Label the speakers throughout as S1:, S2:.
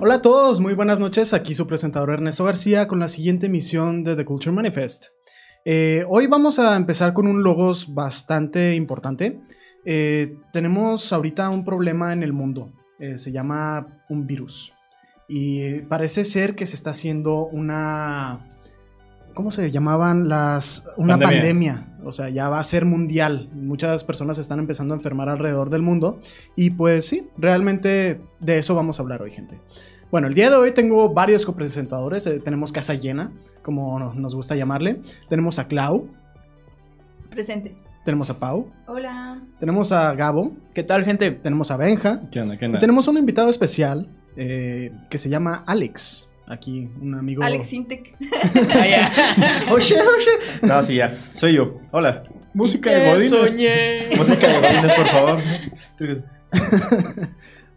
S1: Hola a todos, muy buenas noches. Aquí su presentador Ernesto García con la siguiente emisión de The Culture Manifest. Eh, hoy vamos a empezar con un logos bastante importante. Eh, tenemos ahorita un problema en el mundo. Eh, se llama un virus. Y eh, parece ser que se está haciendo una... ¿Cómo se llamaban las...? Una
S2: Pandemia.
S1: pandemia. O sea, ya va a ser mundial. Muchas personas se están empezando a enfermar alrededor del mundo. Y pues sí, realmente de eso vamos a hablar hoy, gente. Bueno, el día de hoy tengo varios copresentadores. eh, tenemos Casa Llena, como no- nos gusta llamarle. Tenemos a Clau,
S3: Presente.
S1: tenemos a Pau,
S3: Hola.
S1: tenemos a Gabo. ¿Qué tal, gente? Tenemos a Benja.
S2: ¿Qué onda? ¿Qué
S1: Y
S2: onda?
S1: tenemos un invitado especial eh, que se llama Alex. Aquí, un amigo.
S3: Alex Intec.
S4: Ah,
S1: Oh, shit, oh, shit.
S5: No, Ah, sí, ya. Soy yo. Hola.
S2: Música de Godines.
S5: Música de Godines, por favor.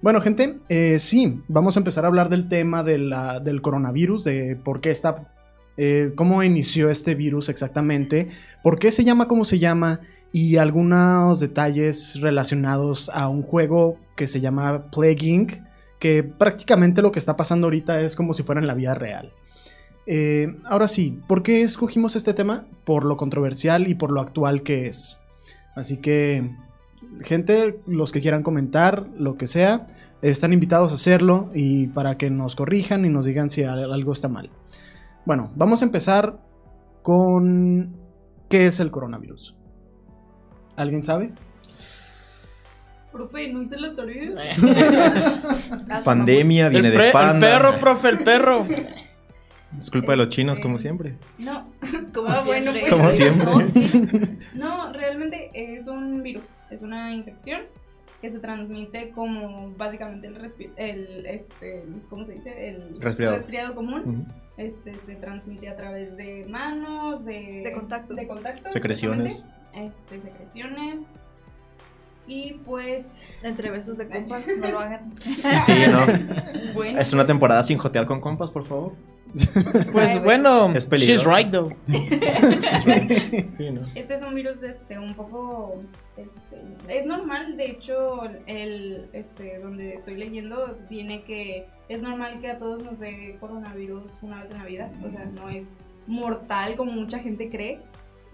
S1: Bueno, gente, eh, sí, vamos a empezar a hablar del tema de la- del coronavirus, de por qué está, eh, cómo inició este virus exactamente, por qué se llama como se llama y algunos detalles relacionados a un juego que se llama Plague Inc., que prácticamente lo que está pasando ahorita es como si fuera en la vida real. Eh, ahora sí, ¿por qué escogimos este tema? Por lo controversial y por lo actual que es. Así que, gente, los que quieran comentar, lo que sea, están invitados a hacerlo y para que nos corrijan y nos digan si al- algo está mal. Bueno, vamos a empezar con qué es el coronavirus. ¿Alguien sabe?
S3: Profe, no hice la tarea.
S6: Ah,
S5: Pandemia viene
S4: el, pre-
S5: de
S4: el
S5: panda.
S4: perro, profe, el perro.
S5: Es culpa de los
S3: Este-
S5: chinos, como siempre.
S3: No,
S6: Como
S3: ah, bueno,
S6: siempre.
S3: pues.
S5: Como siempre.
S3: No, sí. No, realmente es un virus. Es una infección que se transmite como básicamente el, respi- el este, ¿cómo se dice? El
S5: Resfriado.
S3: común. Este se transmite a través de manos, de,
S6: De contacto.
S3: de contacto,
S5: Secreciones.
S3: exactamente. Este, secreciones. Y pues
S6: Entre besos de compas, no lo hagan.
S5: Sí, no.
S3: Bueno,
S5: Es una temporada sin jotear con compas, por favor.
S4: Pues bueno,
S5: Es
S4: she's
S5: peligroso.
S4: right though.
S5: Sí, no.
S3: Este es un virus este, un poco... Este, es normal, de hecho, el, este, donde estoy leyendo viene que es normal que a todos nos dé coronavirus una vez en la vida, o sea, no es mortal como mucha gente cree.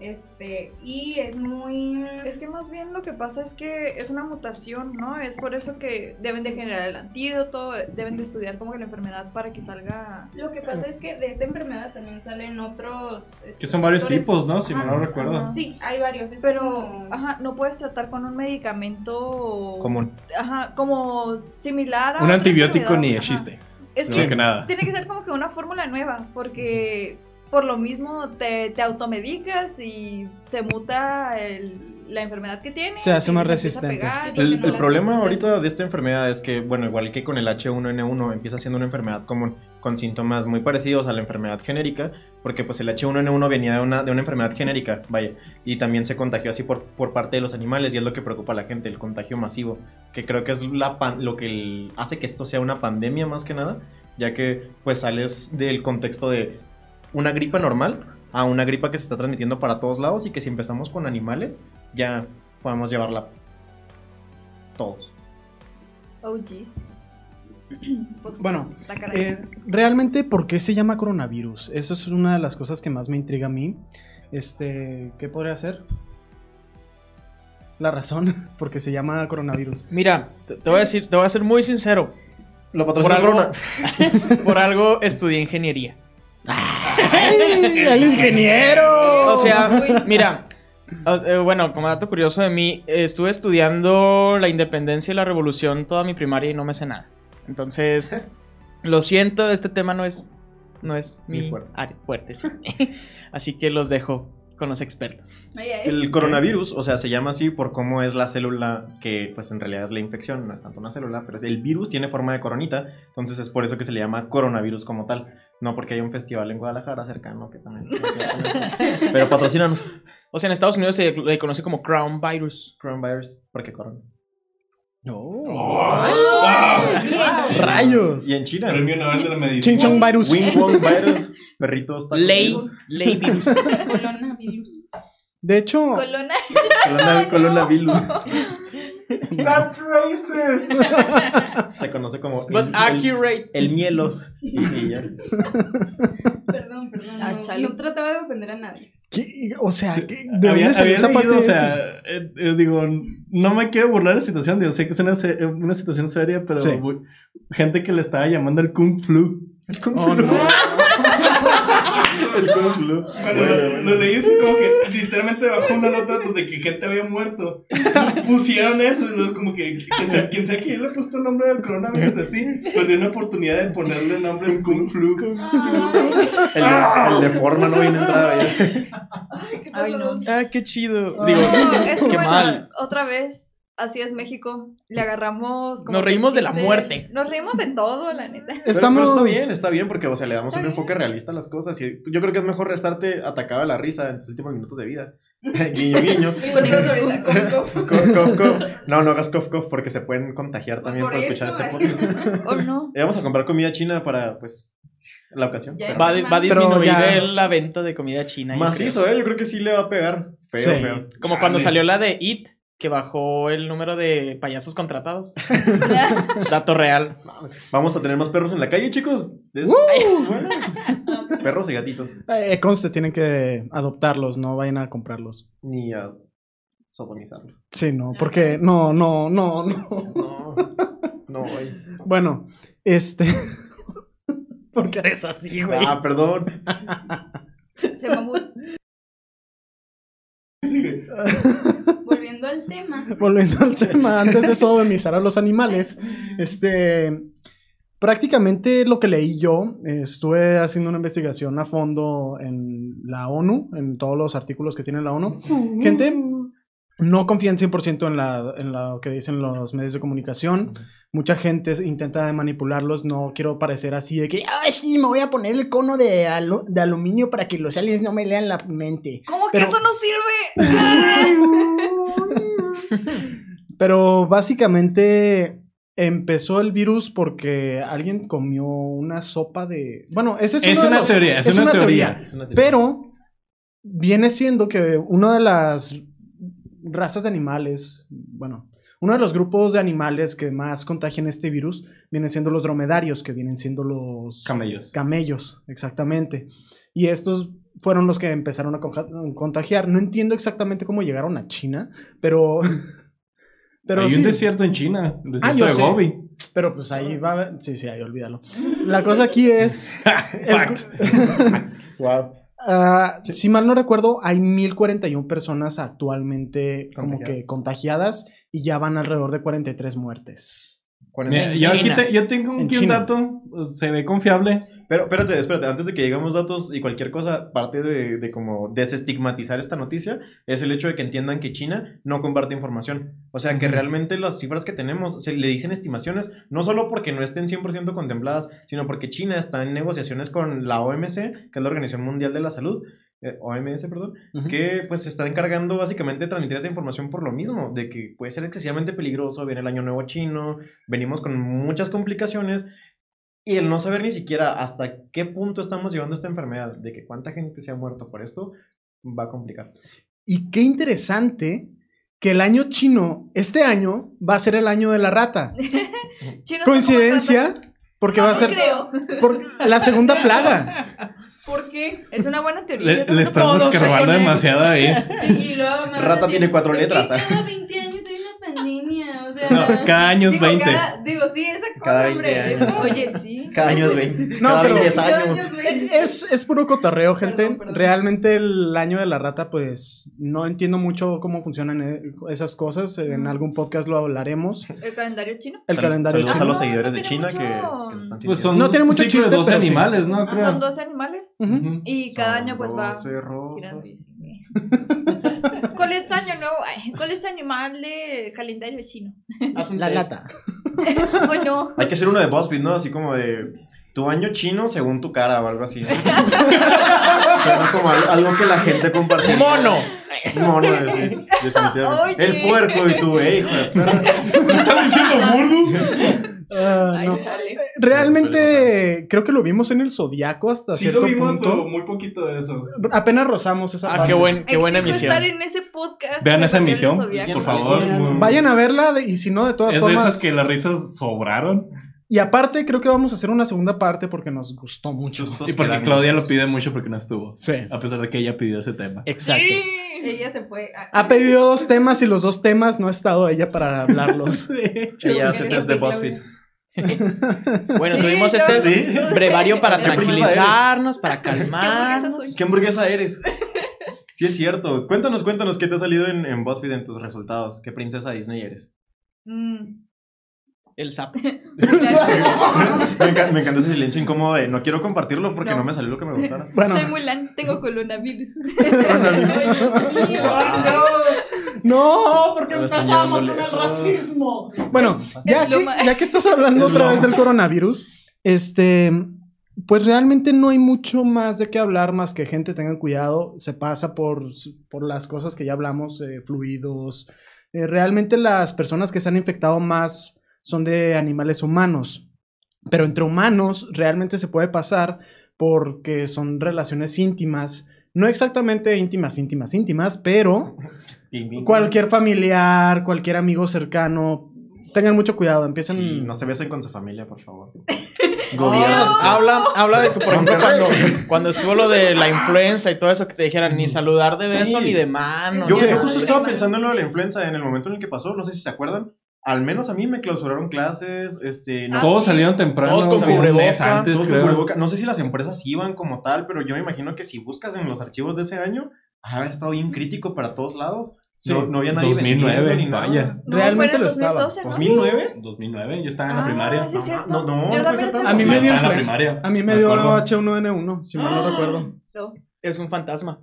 S3: Este, y es muy...
S6: Es que más bien lo que pasa es que es una mutación, ¿no? Es por eso que deben de generar el antídoto, deben de estudiar como que la enfermedad para que salga...
S3: Lo que pasa es que de esta enfermedad también salen otros... este,
S2: Que son varios
S3: factores.
S2: tipos, ¿no? Si
S3: Ajá.
S2: mal
S4: Ah,
S2: no recuerdo.
S6: Ajá.
S3: Sí, hay varios. es
S6: Pero,
S3: como-
S6: ajá, no puedes tratar con un medicamento...
S5: Común.
S6: Ajá, como similar a...
S2: Un
S4: Ah,
S6: otra
S2: antibiótico
S6: enfermedad,
S2: ni
S6: ajá.
S2: existe.
S6: Es
S2: Primero que
S6: que
S2: nada.
S6: tiene que ser como que una fórmula nueva, porque por lo mismo te, te automedicas y se muta el- la enfermedad que tienes.
S1: Se hace
S6: y
S1: más
S6: te empieza a
S1: resistente.
S6: pegar y
S5: El,
S6: que no
S5: el
S6: la-
S5: problema
S6: entonces-
S5: ahorita de esta enfermedad es que, bueno, igual que con el H1N1, empieza siendo una enfermedad común con síntomas muy parecidos a la enfermedad genérica, porque pues el H1N1 venía de una, de una enfermedad genérica, vaya, y también se contagió así por, por parte de los animales, y es lo que preocupa a la gente, el contagio masivo, que creo que es la pan- lo que el- hace que esto sea una pandemia más que nada, ya que pues sales del contexto de una gripa normal a una gripa que se está transmitiendo para todos lados y que si empezamos con animales, ya podemos llevarla todos.
S6: Oh, jeez. Pues,
S1: Bueno,
S6: está caray.
S1: Eh, realmente, ¿por qué se llama coronavirus? Eso es una de las cosas que más me intriga a mí. Este, ¿qué podría ser? La razón por qué se llama coronavirus.
S4: Mira, te, te voy a decir, te voy a ser muy sincero.
S5: Lo
S4: Por
S5: patrocina
S4: algo, por algo estudié ingeniería.
S1: ¡Ay, el ingeniero!
S4: O
S3: Oh.
S4: sea, mira, o- eh, bueno, como dato curioso de mí, eh, estuve estudiando la independencia y la revolución toda mi primaria y no me sé nada. Entonces, lo siento, este tema no es, no es
S5: Mi
S4: mi
S5: fuerte.
S4: área fuerte, sí. Así que los dejo con los expertos.
S3: Oye,
S5: El coronavirus, o sea, se llama así por cómo es la célula que, pues, en realidad es la infección, no es tanto una célula, pero es- el virus tiene forma de coronita, entonces es por eso que se le llama coronavirus como tal. No porque hay un festival en Guadalajara cercano que también. pero patrocínanos.
S4: O sea, en Estados Unidos se le conoce como Crown Virus.
S5: Coronavirus, porque corona.
S4: Ah.
S1: ¡Rayos!
S5: Y en China.
S2: Premio Nobel de la
S1: Ching
S2: Medicina. Este
S1: chong virus.
S5: Wing Wong virus, perritos, tacos,
S4: Ley,
S5: virus,
S4: ley virus.
S3: coronavirus.
S1: De hecho,
S6: Colona.
S5: Corona, coronavirus.
S1: That's racist.
S5: Se conoce como el,
S4: But
S5: el-
S4: accurate.
S5: el mielo. Y, y ya.
S3: Perdón, perdón.
S6: Ah,
S3: No,
S6: chale.
S3: no trataba de ofender a nadie.
S1: ¿Qué? O sea, ¿qué- ¿de
S2: Había-
S1: dónde salió
S2: había
S1: esa parte?
S2: leído, o
S1: de-
S2: sea, eh, eh, digo, no me quiero burlar de la situación, digo, sé que es una, se- eh, una situación seria, pero
S1: Sí.
S2: bu- gente que le estaba llamando el Kung Flu.
S5: El Kung
S4: Oh,
S5: Flu.
S4: no.
S5: El Kung Flu.
S2: Cuando lo, lo leí fue como que literalmente bajó una nota pues, de que gente había muerto. Pusieron eso y luego como que quien sea, quien sea que le ha puesto el nombre del coronavirus así, perdió una oportunidad de ponerle el nombre en Kung Flu.
S5: El de, el de forma no viene entrada. ya.
S3: Ay, qué
S6: Ay, no.
S3: doloroso.
S4: Ah, qué chido.
S1: Ah.
S4: Digo,
S6: No, es que
S4: qué
S6: bueno,
S4: mal.
S6: otra vez, así es México. Le agarramos.
S4: Nos
S6: que
S4: reímos de la
S6: chiste.
S4: muerte.
S6: Nos reímos de todo, la neta.
S5: Pero-
S1: Estamos.
S5: pero está bien, está bien, porque o sea, le damos
S6: Está
S5: un
S6: bien.
S5: enfoque realista a las cosas. Y yo creo que es mejor restarte atacado a la risa en tus últimos minutos de vida. guiño, guiño.
S3: Y conmigo ahorita, con- con-
S5: Cof, cof, cof. No, no hagas cof, cof, porque se pueden contagiar también por,
S3: Por
S5: escuchar
S3: eso,
S5: este
S3: eh.
S5: podcast.
S6: ¿O Oh, no?
S5: Y vamos a comprar comida china para, pues, la ocasión.
S3: Ya.
S5: pero-
S4: Va, a- va a
S1: Pero
S4: disminuir
S1: ya-
S4: el- la venta de comida china. yo
S5: Macizo, ¿eh? Yo creo que sí le va a pegar. Feo,
S1: Sí.
S5: feo.
S4: creo. Como cuando
S2: Chale.
S4: salió la de It, que bajó el número de payasos contratados. Dato real.
S5: Vamos a tener más perros en la calle, chicos. Es- bueno. Perros y gatitos.
S1: Eh, conste, tienen que adoptarlos, no vayan a comprarlos.
S5: Ni a sodomizarlos.
S1: Sí, no, porque no, no, no, no.
S5: No. No, güey.
S1: Bueno, este. porque eres así, güey?
S5: Ah, perdón.
S6: Se mamut.
S3: Volviendo al tema.
S1: Volviendo al tema, antes de sodomizar a los animales, este. Prácticamente lo que leí yo, eh, estuve haciendo una investigación a fondo en la ONU, en todos los artículos que tiene la ONU. Gente, no confían 100% en, la, en lo que dicen los medios de comunicación. Mucha gente intenta manipularlos. No quiero parecer así de que, ay, sí, me voy a poner el cono de, alu- de aluminio para que los aliens no me lean la mente.
S6: ¿Cómo que
S1: Pero-
S6: eso no sirve?
S1: Pero básicamente empezó el virus porque alguien comió una sopa de... Bueno, ese es,
S2: Es
S1: uno de
S2: una
S1: los-
S2: teoría, es una teoría.
S5: Es una teoría.
S1: Pero viene siendo que una de las razas de animales, bueno, uno de los grupos de animales que más contagian este virus vienen siendo los dromedarios, que vienen siendo los
S2: Camellos.
S1: camellos, exactamente. Y estos fueron los que empezaron a conja- contagiar. No entiendo exactamente cómo llegaron a China, pero... pero
S2: Hay
S1: sí,
S2: un desierto en China, el
S1: Ah,
S2: desierto
S1: yo
S2: de
S1: sé.
S2: Gobi.
S1: pero pues ahí va... Sí, sí, ahí olvídalo. La cosa aquí es... el cu-
S5: Wow.
S1: Ah, si mal no recuerdo, hay 1041 personas actualmente como
S5: Contagiadas.
S1: que contagiadas y ya van alrededor de 43 muertes.
S2: Mira,
S4: En
S2: yo, aquí
S4: China.
S2: te- yo tengo un,
S1: En
S2: aquí un
S1: China.
S2: dato, se ve confiable.
S5: Pero espérate, espérate, antes de que lleguemos datos y cualquier cosa, parte de, de como desestigmatizar esta noticia es el hecho de que entiendan que China no comparte información. O sea, que realmente las cifras que tenemos se le dicen estimaciones, no solo porque no estén 100% contempladas, sino porque China está en negociaciones con la OMC, que es la Organización Mundial de la Salud, eh, OMS, perdón,
S1: Ujú.
S5: que pues se está encargando básicamente de transmitir esa información por lo mismo, de que puede ser excesivamente peligroso, viene el año nuevo chino, venimos con muchas complicaciones y el no saber ni siquiera hasta qué punto estamos llevando esta enfermedad, de que cuánta gente se ha muerto por esto, va a complicar.
S1: Y qué interesante que el año chino, este año, va a ser el año de la rata.
S6: Chino, ¿cómo
S1: Coincidencia, porque va a
S6: estás?
S1: ser
S6: Creo.
S1: por la segunda plaga.
S3: ¿Por qué?
S6: Es una buena teoría. yo
S2: Le, le
S6: tampoco-
S2: estás
S4: Todo se
S2: descarbando
S4: conecta.
S2: demasiado ahí.
S3: Sí, y luego me vas a
S5: Rata tiene cuatro
S3: "Es que
S5: letras, ¿eh?"
S3: Cada 20 años hay una pandemia, o sea.
S2: No, cada año es
S3: digo,
S2: 20.
S3: cada- digo, sí, esa cosa,
S5: Cada 20
S3: hombre.
S5: años.
S3: eso-
S6: Oye, sí.
S5: Cada año es 20,
S1: No,
S5: cada
S1: pero-
S5: 10
S3: cada
S5: años.
S3: año es 20.
S1: Es, es puro cotorreo, gente.
S3: Perdón, perdón.
S1: Realmente el año de la rata, pues no entiendo mucho cómo funcionan eh, esas cosas. En
S6: Mm.
S1: algún podcast lo hablaremos.
S6: El calendario chino.
S1: El
S5: Sal-
S1: calendario
S5: Saludos
S1: chino.
S5: a los
S6: Ah,
S5: seguidores
S6: no
S5: de China
S6: tiene
S5: que,
S6: mucho-
S5: que se están
S2: Pues son
S1: No tiene mucho
S2: ciclos de
S1: chiste,
S2: 12
S1: pero sí. Ah,
S2: animales, ¿no? Creo.
S6: Ah, Son 12 animales.
S1: Ujú.
S2: Ujú.
S6: Y cada año pues va. girando y
S5: Rosas.
S6: así, güey. ¿Cuál es tu año nuevo? Ay, ¿Cuál es tu animal de calendario chino?
S4: Haz un
S1: La
S4: test.
S1: lata.
S6: Pues no.
S5: Hay que hacer uno de BuzzFeed, ¿no? Así como de tu año chino según tu cara o algo así. Suena como al- algo que la gente comparte.
S4: ¡Mono!
S5: Mono, sí, definitivamente.
S6: Oye.
S5: El puerco y tú, eh, hijo de perra.
S2: ¿Están diciendo burdo?
S1: Ah,
S6: Ay,
S1: no.
S6: chale.
S1: realmente creo que lo vimos en el Zodíaco hasta
S2: Sí
S1: cierto
S2: lo vimos, pero
S1: punto.
S2: muy poquito de eso.
S1: Apenas rozamos esa
S4: Ah,
S1: parte.
S4: qué, buen, qué buena
S6: Exijo
S4: emisión.
S6: estar en ese podcast.
S7: Vean
S6: de
S7: esa
S6: Guardianes
S7: emisión,
S6: Zodiacos.
S7: por favor.
S2: Muy-
S1: Vayan a verla de- y si no, de todas
S7: Es de
S1: formas.
S7: esas que las risas sobraron.
S1: Y aparte, creo que vamos a hacer una segunda parte porque nos gustó mucho.
S7: Y porque Claudia lo pide mucho porque no estuvo.
S1: Sí.
S7: A pesar de que ella pidió ese tema.
S1: Exacto.
S6: Ella se fue. Ah, a-
S1: Ha pedido dos temas y los dos temas no ha estado ella para hablarlos.
S5: Ella
S3: Sí,
S5: hace test de
S3: sí, Claudia.
S5: BuzzFeed.
S4: Bueno,
S6: Sí,
S4: tuvimos
S6: yo-
S4: este
S7: Sí.
S4: brevario para
S5: ¿Qué prima
S4: tranquilizarnos, para
S6: ¿Qué
S4: calmar.
S6: hamburguesa soy?
S5: ¿Qué hamburguesa eres? Sí, es cierto. Cuéntanos, cuéntanos qué te ha salido en, en BuzzFeed en tus resultados. ¿Qué princesa Disney eres?
S6: Mm.
S4: El sapo.
S5: me, enca- me encanta ese silencio incómodo de no quiero compartirlo porque no,
S6: No.
S5: me salió lo que me gustara.
S1: Bueno,
S6: Soy Mulan, tengo coronavirus.
S1: no, porque
S5: Lo están
S1: empezamos con
S5: llevando
S1: el
S5: lejos.
S1: racismo. Bueno, ya
S6: Es
S1: que,
S6: Loma.
S1: ya que estás hablando
S5: Es
S1: otra vez
S5: Loma.
S1: del coronavirus, este, pues realmente no hay mucho más de qué hablar más que gente tengan cuidado, se pasa por, por las cosas que ya hablamos, eh, fluidos. Eh, realmente las personas que se han infectado más son de animales humanos, pero entre humanos realmente se puede pasar porque son relaciones íntimas. No exactamente íntimas, íntimas, íntimas, pero
S5: Ping, ping.
S1: cualquier familiar, cualquier amigo cercano, tengan mucho cuidado, empiecen...
S5: Sí, no se besen con su familia, por favor.
S6: Oh.
S4: Dios,
S1: Ah,
S4: habla, habla de que, por ejemplo, cuando, cuando estuvo lo de la influenza y todo eso, que te dijeran ni saludar de beso
S5: Mm. Sí.
S4: ni de mano.
S5: Yo,
S4: ni
S5: yo
S4: nada.
S5: justo estaba pensando en lo de la influenza en el momento en el que pasó, no sé si se acuerdan. Al menos a mí me clausuraron clases, este, no,
S6: Ah,
S7: Todos
S6: sí.
S7: salieron temprano.
S4: Todos con
S7: salieron un mes
S4: cubreboca,
S7: antes,
S5: todos con
S7: creo.
S5: cubreboca. no sé si las empresas iban como tal, pero yo me imagino que si buscas en los archivos de ese año, ah, ha estado bien crítico para todos lados.
S7: Sí,
S5: no, no había nadie
S7: 2009,
S5: vendiendo ni nada.
S7: vaya.
S6: No,
S1: Realmente
S6: fue
S1: lo
S6: en el
S1: estaba.
S6: 2012,
S5: Pues
S6: ¿no?
S5: 2009.
S7: 2009, yo estaba en la
S6: Ah,
S7: primaria.
S6: sí, es cierto.
S5: No, no,
S6: Yo
S5: no
S6: la
S5: puede ser tan
S1: A mí
S7: Yo
S1: me
S5: posible.
S1: dio
S7: estaba en la
S1: influen-
S7: primaria.
S1: A mí me
S7: Me
S1: dio
S7: acuerdo.
S1: H1N1, si mal no recuerdo.
S4: Es un fantasma.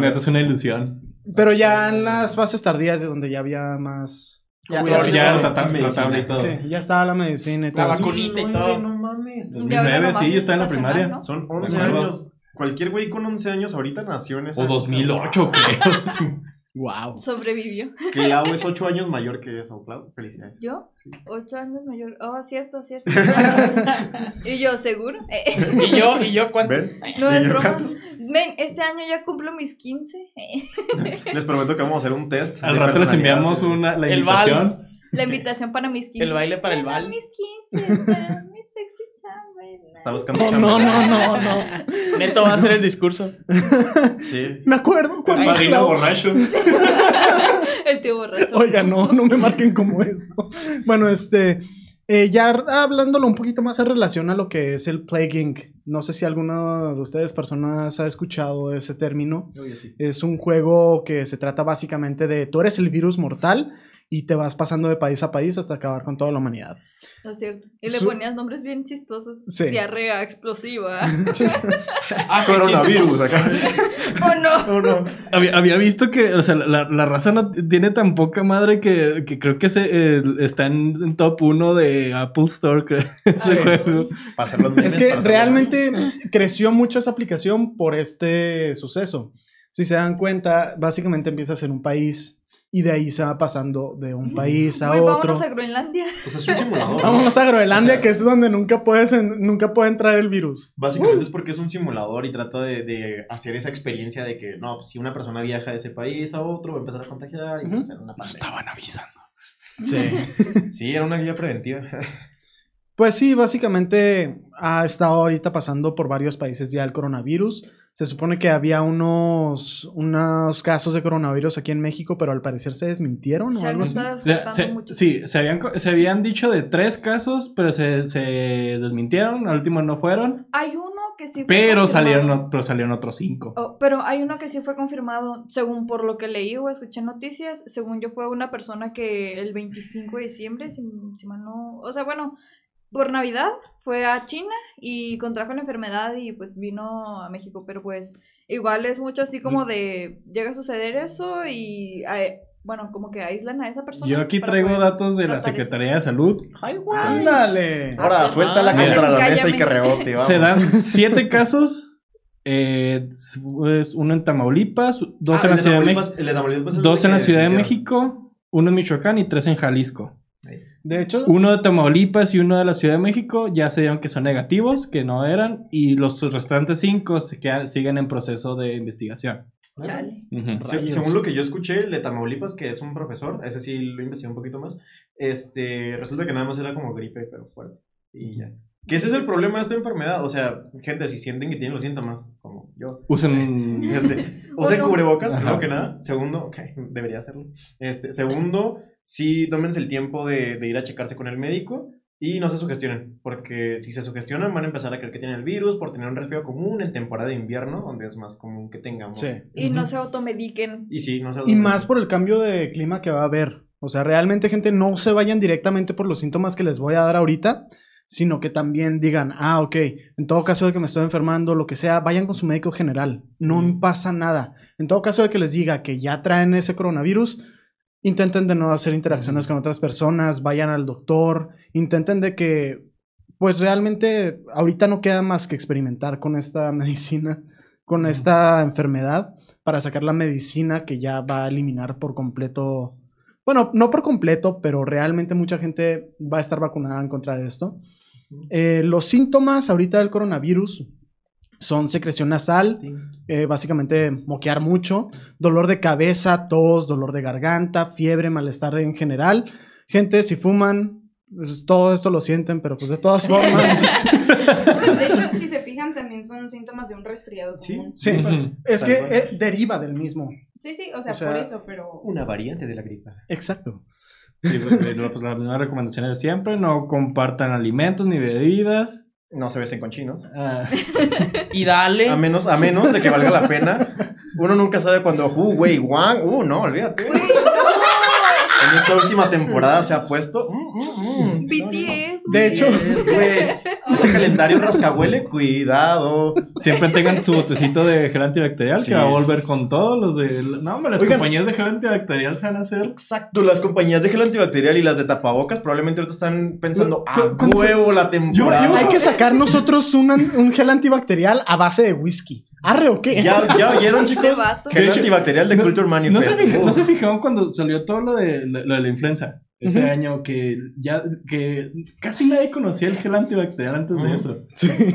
S7: Neto es una ilusión.
S1: Pero ya en las fases tardías de donde ya había más...
S5: Ya,
S1: cuidado.
S5: Claro,
S7: Pero ya
S5: sí.
S7: era tratable,
S5: Medicina.
S7: tratable y todo.
S1: Sí, ya estaba la medicina y
S4: La
S1: todo.
S4: vacuna. vacunita y
S5: 2009,
S4: todo.
S5: Ah, No mames.
S6: Ya ahora
S7: 2009,
S6: nomás
S7: sí,
S6: es
S7: yo estaba en la
S6: estacional,
S7: primaria.
S6: ¿no?
S5: Son 11
S7: Me acuerdo.
S5: años. Cualquier güey con 11 años ahorita nació en ese.
S7: O 2008, creo.
S4: Wow.
S6: Sobrevivió.
S5: Clau es 8 años mayor que eso, Clau. Felicidades.
S6: ¿Yo?
S5: Sí.
S6: Ocho años mayor. Oh, cierto, cierto. y yo, ¿seguro? Eh,
S4: ¿Y yo, y yo cuánto?
S5: ¿Ven?
S6: no
S5: Y
S6: es
S5: yo-
S6: broma. Ven, este año ya cumplo mis 15. Eh,
S5: Les prometo que vamos a hacer un test.
S7: Al
S5: de
S7: rato les
S5: personalidad,
S7: enviamos
S5: sí.
S7: una, la
S4: El
S7: invitación.
S4: vals.
S6: La invitación para mis 15.
S4: El baile para el
S6: Para
S4: vals.
S6: mis 15. para mis sexy chambres.
S5: Está buscando
S1: No, no,
S5: chamba.
S1: no, no, no.
S4: Neto va a hacer el discurso.
S5: Sí.
S1: Me acuerdo cuando...
S7: Padrino
S1: Clau-
S7: borracho.
S6: El tío borracho.
S1: Oiga, no, no me marquen como eso. Bueno, este... eh, ya hablándolo un poquito más en relación a lo que es el plaguing. No sé si alguna de ustedes personas ha escuchado ese término. Es un juego que se trata básicamente de tú eres el virus mortal y te vas pasando de país a país hasta acabar con toda la humanidad.
S6: No es cierto. Y le
S1: Su-
S6: ponías nombres bien chistosos.
S1: Sí.
S6: Diarrea explosiva.
S4: Ah,
S5: Coronavirus acá.
S6: ¿O no?
S5: No, no.
S7: Había, había visto que, o sea, la, la raza no t- tiene tan poca madre que, que creo que se, eh, está en, en top 1 de Apple Store, creo, ese
S1: Sí.
S7: juego.
S5: Para hacer los memes,
S1: Es que
S5: para hacer los-
S1: realmente creció mucho esa aplicación por este suceso. Si se dan cuenta, básicamente empiezas en un país y de ahí se va pasando de un país a
S6: Uy,
S1: otro.
S6: vámonos a Groenlandia.
S5: Pues es un simulador. ¿no?
S1: Vámonos a Groenlandia,
S5: O sea-
S1: que es donde nunca, puedes en- nunca puede entrar el virus.
S5: Básicamente es porque es un simulador y trata de, de hacer esa experiencia de que, no, pues, si una persona viaja de ese país a otro, va a empezar a contagiar y va a
S1: Ujú.
S5: ser una pandemia.
S7: Estaban avisando.
S5: Sí, era una guía preventiva.
S1: Pues sí, básicamente ha estado ahorita pasando por varios países ya el coronavirus. Se supone que había unos, unos casos de coronavirus aquí en México, pero al parecer se desmintieron o
S6: Se han
S1: algo así.
S6: estado
S7: O sea,
S6: soltando
S7: se-
S6: mucho.
S7: sí, se habían, co- se habían dicho de tres casos, pero se, se desmintieron, al último no fueron,
S6: Hay uno que sí fue
S7: pero
S6: confirmado.
S7: salieron, o- pero salieron otros cinco.
S6: Oh, pero hay uno que sí fue confirmado, según por lo que leí o escuché en noticias, según yo fue una persona que el 25 de diciembre, si, si mal no, o sea, bueno, por Navidad fue a China y contrajo la enfermedad y pues vino a México, pero pues igual es mucho así como de, llega a suceder eso y, ay, bueno, como que aíslan a esa persona.
S7: Yo aquí
S6: para
S7: traigo
S6: poder-
S7: datos de la
S6: tratar eso.
S7: Secretaría de Salud.
S1: ¡Ándale!
S7: Ah,
S5: Ahora, suelta la
S4: Mira.
S5: contra la mesa
S6: Cállame.
S5: y que rebote. vamos.
S7: Se dan siete casos, eh, es uno en Tamaulipas, dos
S5: Ah,
S7: en
S5: el
S7: la
S5: de
S7: Ciudad de México.
S5: Tamaulipas- el de Tamaulipas es el
S7: Dos
S5: de
S7: en la
S5: que
S7: Ciudad de
S5: metieron.
S7: México, uno en Michoacán y tres en Jalisco.
S5: Ahí.
S1: De hecho,
S7: Uno de Tamaulipas y uno de la Ciudad de México ya se dieron que son negativos, que no eran, y los restantes cinco se quedan- siguen en proceso de investigación.
S6: Chale.
S7: Ujú.
S5: Se-
S1: Rayos.
S5: según lo que yo escuché, el de Tamaulipas, que es un profesor, ese sí lo investigué un poquito más, este, resulta que nada más era como gripe, pero fuerte. Y ya. Que ese es el problema de esta enfermedad. O sea, gente, si sienten que tienen los síntomas, como yo.
S7: Usen
S5: Este, o sea,
S6: no.
S5: cubrebocas,
S7: Ajá.
S5: primero que nada. Segundo, ok, debería hacerlo. Este, segundo, sí tómense el tiempo de, de ir a checarse con el médico y no se sugestionen, porque si se sugestionan van a empezar a creer que tienen el virus por tener un resfriado común en temporada de invierno, donde es más común que tengamos.
S1: sí.
S6: Y
S1: Ujú.
S6: no se automediquen.
S5: Y sí, no se
S1: Y más por el cambio de clima que va a haber. O sea, realmente, gente, no se vayan directamente por los síntomas que les voy a dar ahorita, sino que también digan, ah, ok, en todo caso de que me estoy enfermando, lo que sea, vayan con su médico general. No pasa nada. En todo caso de que les diga que ya traen ese coronavirus, intenten de no hacer interacciones con otras personas, vayan al doctor, intenten de que, pues realmente, ahorita no queda más que experimentar con esta medicina, con esta enfermedad para sacar la medicina que ya va a eliminar por completo. Bueno, no por completo, pero realmente mucha gente va a estar vacunada en contra de esto. Eh, los síntomas ahorita del coronavirus son secreción nasal, eh, básicamente moquear mucho, dolor de cabeza, tos, dolor de garganta, fiebre, malestar en general. Gente, si fuman, pues, todo esto lo sienten, pero pues de todas formas.
S3: De hecho, si se fijan, también son síntomas de un resfriado
S5: Sí.
S3: común.
S1: sí,
S7: Ujú.
S1: es que
S5: Tal cual.
S1: eh, deriva del mismo.
S3: Sí, sí, o sea,
S1: O sea,
S3: por eso, pero.
S5: Una variante de la gripa.
S1: Exacto.
S7: Sí, pues, eh, no, pues, la misma recomendación es siempre, no compartan alimentos ni bebidas.
S5: No se besen con chinos.
S7: Ah,
S4: Y dale.
S5: A menos, a menos de que valga la pena. Uno nunca sabe cuando Hu, Wei, Wang. Uh, no, olvídate. En esta última temporada se ha puesto. mm, mm, mm.
S6: BTS.
S1: De
S6: güey.
S1: hecho,
S5: Es, güey, Ese calendario rascahuele, cuidado.
S7: siempre tengan su botecito de gel antibacterial
S5: Sí.
S7: que va a volver con todos los de... No, hombre, las
S5: Oigan.
S7: compañías de gel antibacterial se van a hacer...
S5: Exacto, las compañías de gel antibacterial y las de tapabocas probablemente ahorita están pensando a
S1: Cu- cu-
S5: huevo la
S1: Hay
S5: temporada.
S1: que sacar nosotros un, an- un gel antibacterial a base de whisky. ¿Arre o qué?
S5: ¿Ya, ya oyeron, chicos?
S6: vato.
S5: Gel
S7: De hecho,
S5: antibacterial de
S7: no-
S5: Culture
S7: ¿No se,
S5: Manifest.
S7: fij-
S5: Uh.
S7: no se fijaron cuando salió todo lo de, lo, lo de la influenza? Ese
S1: Ujú.
S7: año que ya que casi nadie conocía el gel antibacterial antes de
S5: Ujú.
S7: eso.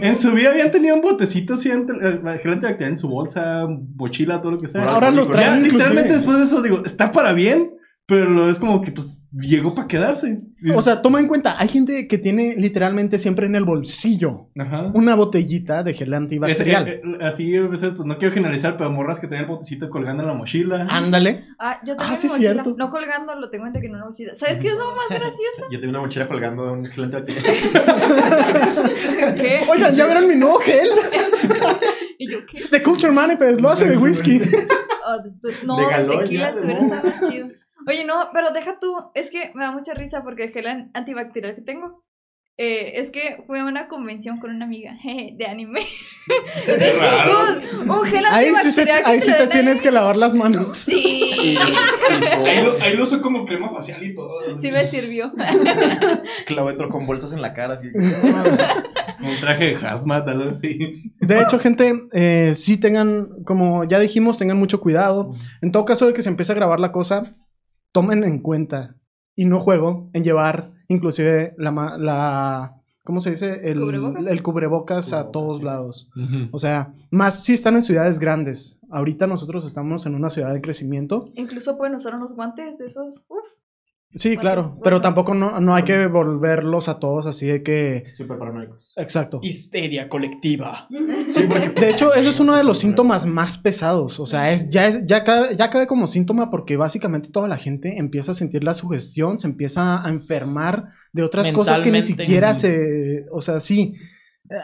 S7: En su vida habían tenido un botecito así, ante- eh, gel antibacterial en su bolsa, mochila, todo lo que sea.
S5: Ahora
S1: Ahora lo
S5: Ya,
S7: Ya,
S1: traen
S7: literalmente
S1: inclusive.
S7: después de eso digo, está para bien, pero lo es como que pues llegó para quedarse. Y-
S1: O sea, toma en cuenta, hay gente que tiene literalmente siempre en el bolsillo
S7: Ajá.
S1: una botellita de gel
S7: Es-
S1: antibacterial.
S7: eh, eh, así a veces, pues no quiero generalizar, pero morras que tenían el botecito colgando en la mochila.
S1: Ándale.
S6: Ah, yo tengo
S1: Ah, sí,
S6: mi mochila.
S1: cierto.
S6: No colgando, lo tengo entre que no una mochila. ¿Sabes qué es lo más gracioso?
S5: Yo tengo una mochila colgando de un gel antibacterial.
S6: ¿Qué?
S1: Oigan, ¿ya vieron mi nuevo gel?
S6: Y yo, ¿qué?
S1: De Culture Manifest, lo hace de whisky.
S6: Ah, de tu- no,
S5: De
S6: de,
S5: galón,
S6: tequila
S5: ya,
S6: estuviera
S5: de
S6: estaba chido. Oye, no, pero deja tú. Es que me da mucha risa porque el gel an- antibacterial que tengo. eh, es que fue a una convención con una amiga jeje, de anime. Entonces, dude, un gel
S1: Ahí
S6: antibacterial.
S1: sí, se-
S6: que
S1: ahí sí
S6: te
S1: te
S6: den ahí.
S1: tienes que lavar las manos.
S5: Y-
S6: Sí,
S2: Ahí
S5: y-
S2: lo, ahí lo uso como crema facial y todo.
S6: sí me sirvió.
S5: Clavo entró con bolsas en la cara, así.
S7: Un traje de hazmat, algo así.
S1: De hecho, gente, eh, sí tengan, como ya dijimos, tengan mucho cuidado. En todo caso de que se empiece a grabar la cosa, tomen en cuenta, y no juego, en llevar inclusive la... ma- la ¿Cómo se dice? El
S6: ¿Cubrebocas?
S1: el cubrebocas a
S5: Cubrebocas,
S1: todos
S5: sí.
S1: lados.
S7: Ujú.
S1: O sea, más si están en ciudades grandes. Ahorita nosotros estamos en una ciudad de crecimiento.
S6: Incluso pueden usar unos guantes de esos. Uf,
S1: Sí,
S6: Bueno,
S1: claro.
S6: es bueno.
S1: Pero tampoco no, no hay que volverlos a todos así de que.
S5: Súper paranoicos.
S1: Exacto.
S4: Histeria colectiva.
S5: Sí, porque
S1: De hecho, eso es uno de los síntomas más pesados. O sea, es, ya, es, ya, cabe, ya cabe como síntoma porque básicamente toda la gente empieza a sentir la sugestión, se empieza a enfermar de otras cosas que ni
S4: Mentalmente.
S1: siquiera se. O sea, sí.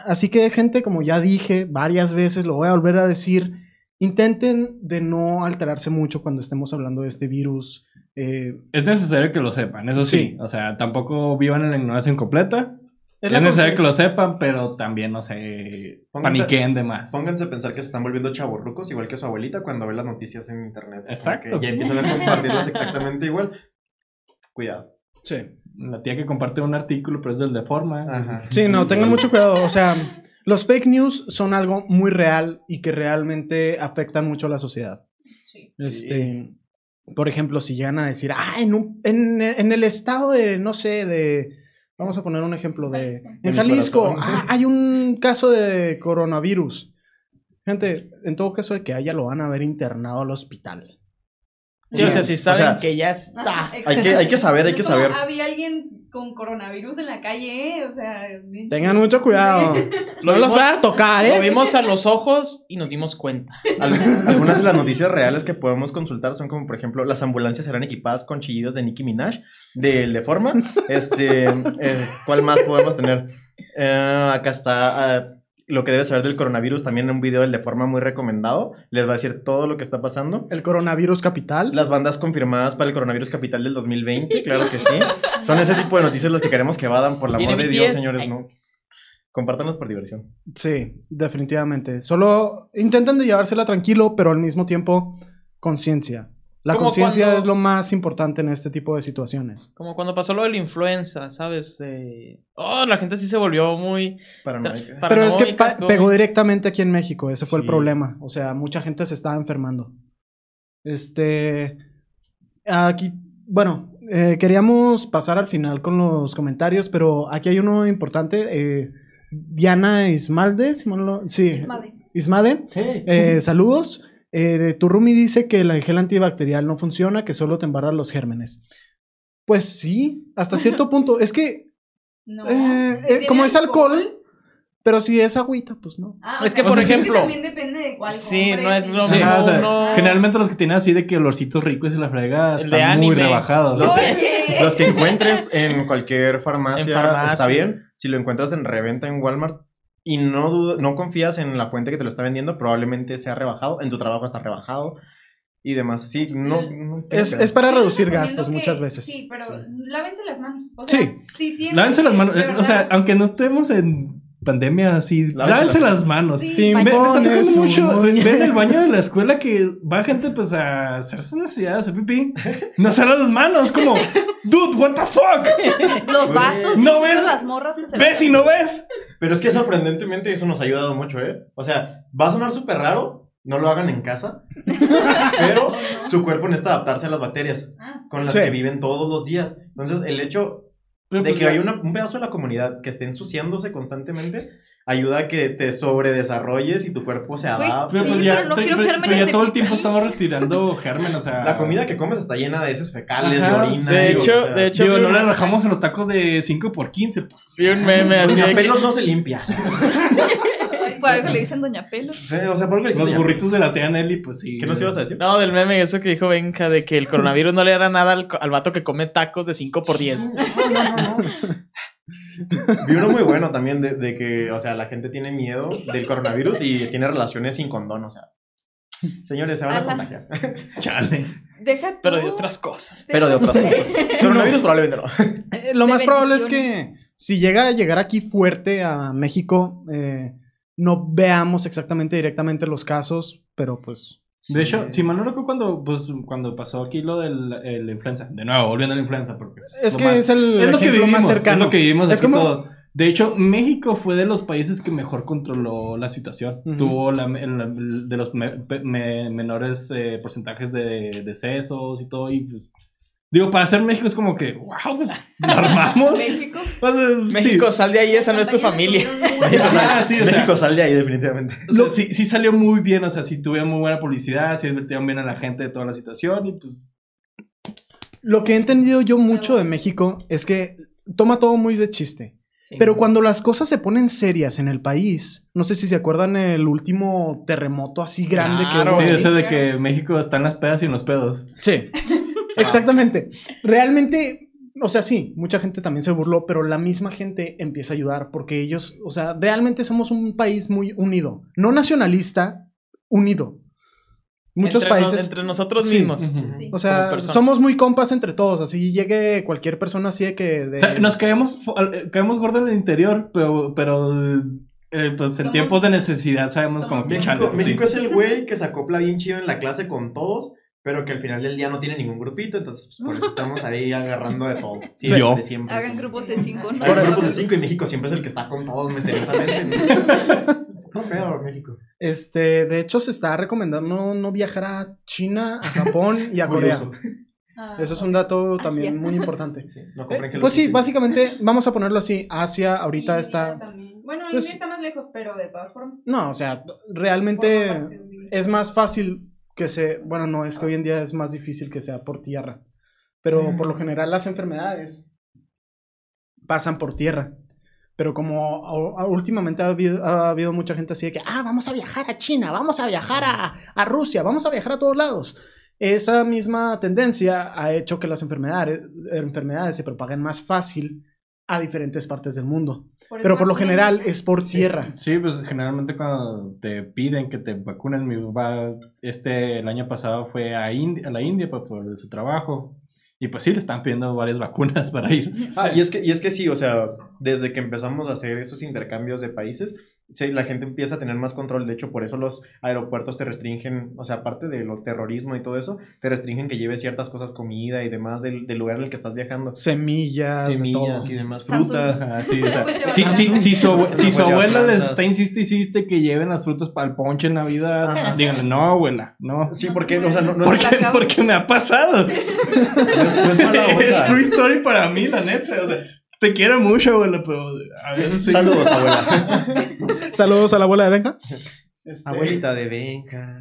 S1: Así que, gente, como ya dije varias veces, lo voy a volver a decir. Intenten de no alterarse mucho cuando estemos hablando de este virus. Eh,
S7: Es necesario que lo sepan, eso sí.
S1: Sí.
S7: O sea, tampoco vivan en la ignorancia incompleta. Es,
S1: la
S7: necesario
S1: conciencia-
S7: que lo sepan, pero también no se
S5: Pónganse-
S7: paniquen de más.
S5: Pónganse a pensar que se están volviendo chavorrucos, igual que su abuelita cuando ve las noticias en internet. Es como que
S7: Exacto.
S5: Ya empiezan a compartirlas exactamente igual. Cuidado.
S7: La tía que comparte un artículo, pero es del de forma.
S5: Ajá.
S1: Sí, no, tengan mucho cuidado. O sea, los fake news son algo muy real y que realmente afectan mucho a la sociedad.
S3: Sí.
S1: Este, por ejemplo, si llegan a decir, ah, en, un- en- en el estado de, no sé, de, vamos a poner un ejemplo de,
S6: Jalisco.
S1: en
S5: mi
S1: Jalisco,
S5: corazón.
S1: ah, hay un caso de coronavirus. Gente, en todo caso de que haya, lo van a haber internado al hospital.
S4: Sí, o sea, si
S5: O
S4: saben
S5: sea,
S4: que ya está.
S5: Ah,
S3: Ajá,
S5: Hay que, hay que saber, hay
S3: Es
S5: que
S3: como,
S5: saber.
S3: Había alguien con coronavirus en la calle, ¿eh? o sea. bien
S1: Tengan mucho cuidado. No los van a tocar,
S4: Lo
S1: ¿eh?
S4: vimos a los ojos y nos dimos cuenta.
S5: Al- Algunas de las noticias reales que podemos consultar son como, por ejemplo, las ambulancias serán equipadas con chillidos de Nicki Minaj, del de forma. Este, eh, ¿Cuál más podemos tener? Eh, acá está ah, lo que debes saber del coronavirus, también un video del de forma muy recomendado. Les va a decir todo lo que está pasando.
S1: El coronavirus capital.
S5: Las bandas confirmadas para el coronavirus capital del 2020, claro que sí. Son ese tipo de noticias las que queremos que vadan, por el amor
S4: Viene
S5: de
S4: BTS.
S5: Dios, señores,
S4: Ay.
S5: no. Compártanos por diversión.
S1: Sí, definitivamente. Solo intenten de llevársela tranquilo, pero al mismo tiempo, conciencia. La
S4: Como
S1: conciencia
S4: cuando-
S1: es lo más importante en este tipo de situaciones.
S4: Como cuando pasó lo de la influenza, ¿sabes? Eh, oh, la gente sí se volvió muy.
S5: Para no.
S4: tra-
S1: Pero es que
S4: paranoica,
S1: pa-
S4: estuvo
S1: pegó
S4: muy-
S1: directamente aquí en México, ese fue el
S5: Sí.
S1: problema. O sea, mucha gente se estaba enfermando. Este. Aquí, bueno, eh, queríamos pasar al final con los comentarios, pero aquí hay uno importante. eh, Diana Ismalde, si mal no- sí,
S6: Ismade.
S1: Ismade, eh, saludos. Eh, tu roomie dice que el gel antibacterial no funciona, que solo te embarra los gérmenes. Pues sí, hasta cierto punto. Es que,
S3: No.
S1: eh,
S3: Si
S1: eh,
S3: tiene
S1: como es alcohol, pero si es agüita, pues no.
S3: Ah,
S4: Es que, por
S3: sí
S4: ejemplo-
S3: también depende de cuál.
S4: Sí,
S3: compres,
S4: no es
S3: sí.
S4: lo
S7: Sí,
S4: mismo.
S7: o sea,
S4: no.
S7: Generalmente los que tienen así de que olorcitos ricos y la fregada
S4: El
S7: están
S4: de
S7: muy
S4: anime.
S7: rebajados.
S5: Los-
S3: Oye.
S5: Los que encuentres en cualquier farmacia,
S4: En farmacias.
S5: está bien. Si lo encuentras en reventa en Walmart y no duda- no confías en la fuente que te lo está vendiendo, probablemente sea rebajado. En tu trabajo está rebajado y demás. Sí, no.
S4: Mm.
S5: no tengo
S1: Es,
S5: que-
S1: es para
S3: Yo les
S1: reducir
S3: recomiendo
S1: gastos
S3: que-
S1: muchas veces.
S3: Sí, pero
S5: Sí.
S3: lávense las manos. O sea,
S1: Sí.
S3: si sienten
S7: Lávense las
S3: que,
S7: manos.
S3: de
S7: eh, O sea,
S3: verdad,
S7: aunque no estemos en pandemia así,
S5: Lávense
S7: lávense
S5: las-
S7: las manos.
S3: Sí.
S7: Ve- Me, está tocando
S1: Pimpones,
S7: mucho.
S1: uy.
S7: Ven el baño de la escuela que va gente pues a hacer sus necesidades, hacer pipí. No se lavan las manos, como, dude, what the fuck?
S6: Los vatos.
S7: ¿No
S6: ¿No
S7: ves?
S6: ves? Las morras que se
S7: ¿Ves y no ves?
S5: Pero es que sorprendentemente eso nos ha ayudado mucho, ¿eh? O sea, va a sonar súper raro. No lo hagan en casa. pero su cuerpo necesita adaptarse a las bacterias
S3: ah, sí.
S5: con las
S1: Sí.
S5: que viven todos los días. Entonces, el hecho
S7: Pero,
S5: De
S7: pues,
S5: que hay una- un pedazo de la comunidad que esté ensuciándose constantemente ayuda a que te sobredesarrolles y tu cuerpo se
S6: Güey,
S5: adapte. Pues
S6: Sí, pero no
S7: tra-
S6: quiero
S7: pero-
S6: gérmenes
S7: pero ya
S6: de
S7: todo el
S6: pipí.
S7: tiempo estamos retirando germen, o sea.
S5: La comida que comes está llena de esos fecales,
S7: Ajá,
S5: de orina.
S4: de
S5: digo,
S4: hecho-
S5: o sea,
S4: de hecho-
S7: Digo,
S4: vi
S7: no
S4: una-
S7: le rajamos a los tacos de 5 por 15 pues.
S4: Vi un meme
S5: o
S4: así.
S5: sea,
S4: de que-
S5: pelos no se limpia.
S6: Por algo le dicen Doña Pelo.
S5: O sea, o sea, por algo
S7: Los
S5: existe.
S7: burritos de la tía Nelly, pues sí.
S5: ¿Qué nos ibas a decir?
S4: No, del meme, eso que dijo Benja, de que el coronavirus no le hará nada al, co- al vato que come tacos de 5 por 10.
S5: Vi uno muy bueno también de, de que, o sea, la gente tiene miedo del coronavirus y tiene relaciones sin condón, o sea. Señores, se van a
S6: Ala.
S5: contagiar.
S7: Chale.
S6: Deja tú.
S4: Pero de otras cosas.
S5: Pero de otras cosas. Coronavirus probablemente no.
S1: Eh, lo
S6: de
S1: más probable es que si llega a llegar aquí fuerte a México, eh, no veamos exactamente directamente los casos, pero pues.
S7: De hecho, si mal no recuerdo cuando, pues, cuando pasó aquí lo de la influenza. De nuevo, volviendo a la influenza, porque
S1: Es
S7: lo
S1: que
S7: más-
S1: es el
S7: es lo que
S1: ejemplo
S7: vivimos,
S1: más cercano.
S7: Es lo que vivimos
S1: Es
S7: aquí
S1: como-
S7: todo. De hecho, México fue de los países que mejor controló la situación.
S1: Ujú.
S7: Tuvo la- el- el- de los me- pe- me- menores eh, porcentajes de decesos y todo. Y pues, digo, para ser México es como que, wow, pues, la armamos.
S6: México.
S7: O sea, sí.
S4: México, sal de ahí, esa no es tu familia.
S5: México, sal-
S7: Ah, sí, o sea-
S5: México sal de ahí definitivamente.
S7: O sea, sí, sí salió muy bien, o sea, sí tuvieron muy buena publicidad, sí advirtieron bien a la gente de toda la situación y pues...
S1: Lo que he entendido yo mucho de México es que toma todo muy de chiste. Pero cuando las cosas se ponen serias en el país, no sé si se acuerdan el último terremoto así grande
S4: Claro,
S1: que
S7: sí,
S1: hubo.
S7: eso
S1: aquí.
S7: de que México está en las pedas y en los pedos.
S1: Sí, exactamente. Realmente, o sea, sí, mucha gente también se burló, pero la misma gente empieza a ayudar porque ellos, o sea, realmente somos un país muy unido, no nacionalista, unido. Muchos
S4: Entre no-
S1: países,
S4: entre nosotros
S1: Sí.
S4: mismos.
S6: Sí.
S1: o
S4: como
S1: sea,
S4: personas.
S1: somos muy compas entre todos, así llegue cualquier persona así de que... de-
S7: O sea, nos caemos, fo- al- eh, caemos gordos en el interior, pero, pero eh, pues, en
S3: Somos-
S7: tiempos de necesidad sabemos
S3: somos
S7: como que...
S3: muy
S7: chale,
S5: México,
S7: sí.
S5: México es el güey que se acopla bien chido en la clase con todos, pero que al final del día no tiene ningún grupito, entonces pues, por eso estamos ahí agarrando de todo. Siempre,
S7: Yo.
S5: siempre.
S6: Hagan
S5: siempre.
S6: grupos de cinco. ¿no?
S5: Hagan grupos de cinco y México siempre es el que está con todos misteriosamente.
S8: Pero México.
S1: Este, de hecho, se está recomendando no, no viajar a China, a Japón y a Corea.
S2: Curioso.
S6: Ah,
S1: Eso es un dato
S6: Asia.
S1: también muy importante.
S5: Sí, no compren
S1: Eh,
S5: Hello
S1: pues sí,
S5: Kitty.
S1: básicamente vamos a ponerlo así. Asia ahorita
S3: India
S1: está...
S3: también. Bueno,
S1: pues-
S3: India está más lejos, pero de todas formas.
S1: No, o sea,
S3: forma parte
S1: realmente
S3: de un-
S1: es más fácil que se... Bueno, no, es que hoy en día es más difícil que sea por tierra. Pero por lo general las enfermedades pasan por tierra. Pero como a- a- últimamente ha habido, ha habido mucha gente así de que, ah, vamos a viajar a China, vamos a viajar a, a Rusia, vamos a viajar a todos lados. Esa misma tendencia ha hecho que las enfermedades, enfermedades se propaguen más fácil a diferentes partes del mundo.
S3: por eso
S1: Pero por lo
S3: también-
S1: general es por tierra.
S7: Sí, pues generalmente cuando te piden que te vacunen, mi papá este, el año pasado fue a, Ind- a la India pues, por su trabajo. Y pues sí, le están pidiendo varias vacunas para ir.
S5: Ah, y es que, y es que sí, o sea, desde que empezamos a hacer esos intercambios de países, sí, la gente empieza a tener más control. De hecho, por eso los aeropuertos te restringen, o sea, aparte de lo terrorismo y todo eso, te restringen que lleves ciertas cosas, comida y demás del, del lugar en el que estás viajando.
S1: Semillas, de
S5: Semillas
S1: todo.
S5: y demás,
S6: Samsung.
S5: frutas.
S7: Ajá, sí, o sea,
S6: Pues llevar
S7: si, si-
S6: plantas.
S7: si su, abue- si su
S5: Pues llevar
S7: abuela les
S5: plantas.
S7: está insiste, insiste que lleven las frutas para el ponche en Navidad,
S5: Ajá.
S7: díganle, no, abuela, no.
S5: Sí,
S6: No se
S5: porque,
S6: puede.
S5: o sea, no, no
S7: ¿Por
S5: es,
S6: La
S7: qué?
S6: acabo.
S7: Porque me ha pasado.
S5: no es- no es mala
S2: Es true
S5: onda.
S2: story para mí, la neta. O sea, te quiero mucho, abuela, pero a veces sí.
S5: Saludos, abuela.
S1: Saludos a la abuela de Benja. Este,
S5: Abuelita de Benja.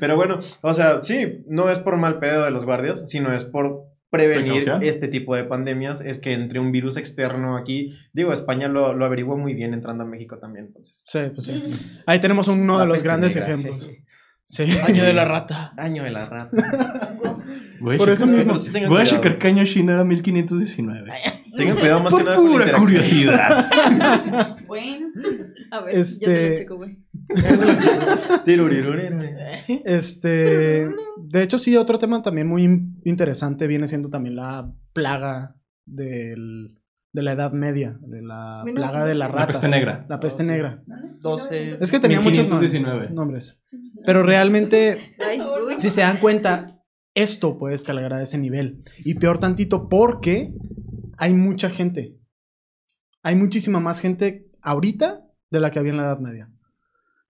S5: Pero bueno, o sea, sí, no es por mal pedo de los guardias, sino es por prevenir
S7: Precaución.
S5: este tipo de pandemias. Es que entre un virus externo aquí, digo, España lo, lo averiguó muy bien entrando a México también, entonces.
S1: sí, pues sí.
S5: Mm.
S1: Ahí tenemos
S7: Ah,
S1: uno de
S5: La
S1: los
S7: pues,
S5: peste
S1: grandes
S5: negra.
S1: ejemplos. Sí.
S4: Año de la rata.
S5: Año pues, de la rata.
S7: Güey,
S1: Por
S7: checa-
S1: eso mismo.
S5: Pero sí tengan
S7: Voy a
S5: cuidado.
S7: checar que año chino era 1519.
S5: Tengan cuidado más que
S7: Por
S5: nada con la
S7: pura
S5: interacción.
S7: curiosidad.
S3: Bueno,
S6: A ver, yo te
S1: Este-
S6: lo checo, güey.
S5: Tiruriruriru.
S1: Este, de hecho sí, otro tema también muy in- interesante viene siendo también la plaga del- de la Edad Media, de la
S6: Bueno,
S1: plaga
S6: sí,
S1: de
S6: sí.
S1: las
S6: La
S1: ratas.
S7: peste negra.
S1: La peste
S5: Oh, sí.
S1: negra.
S4: Doce.
S1: Es que tenía muchos nom-
S7: 1519.
S1: nombres. Pero realmente,
S6: Ay, uy.
S1: si se dan cuenta, esto puede escalar a ese nivel. Y peor tantito porque hay mucha gente. Hay muchísima más gente ahorita de la que había en la Edad Media.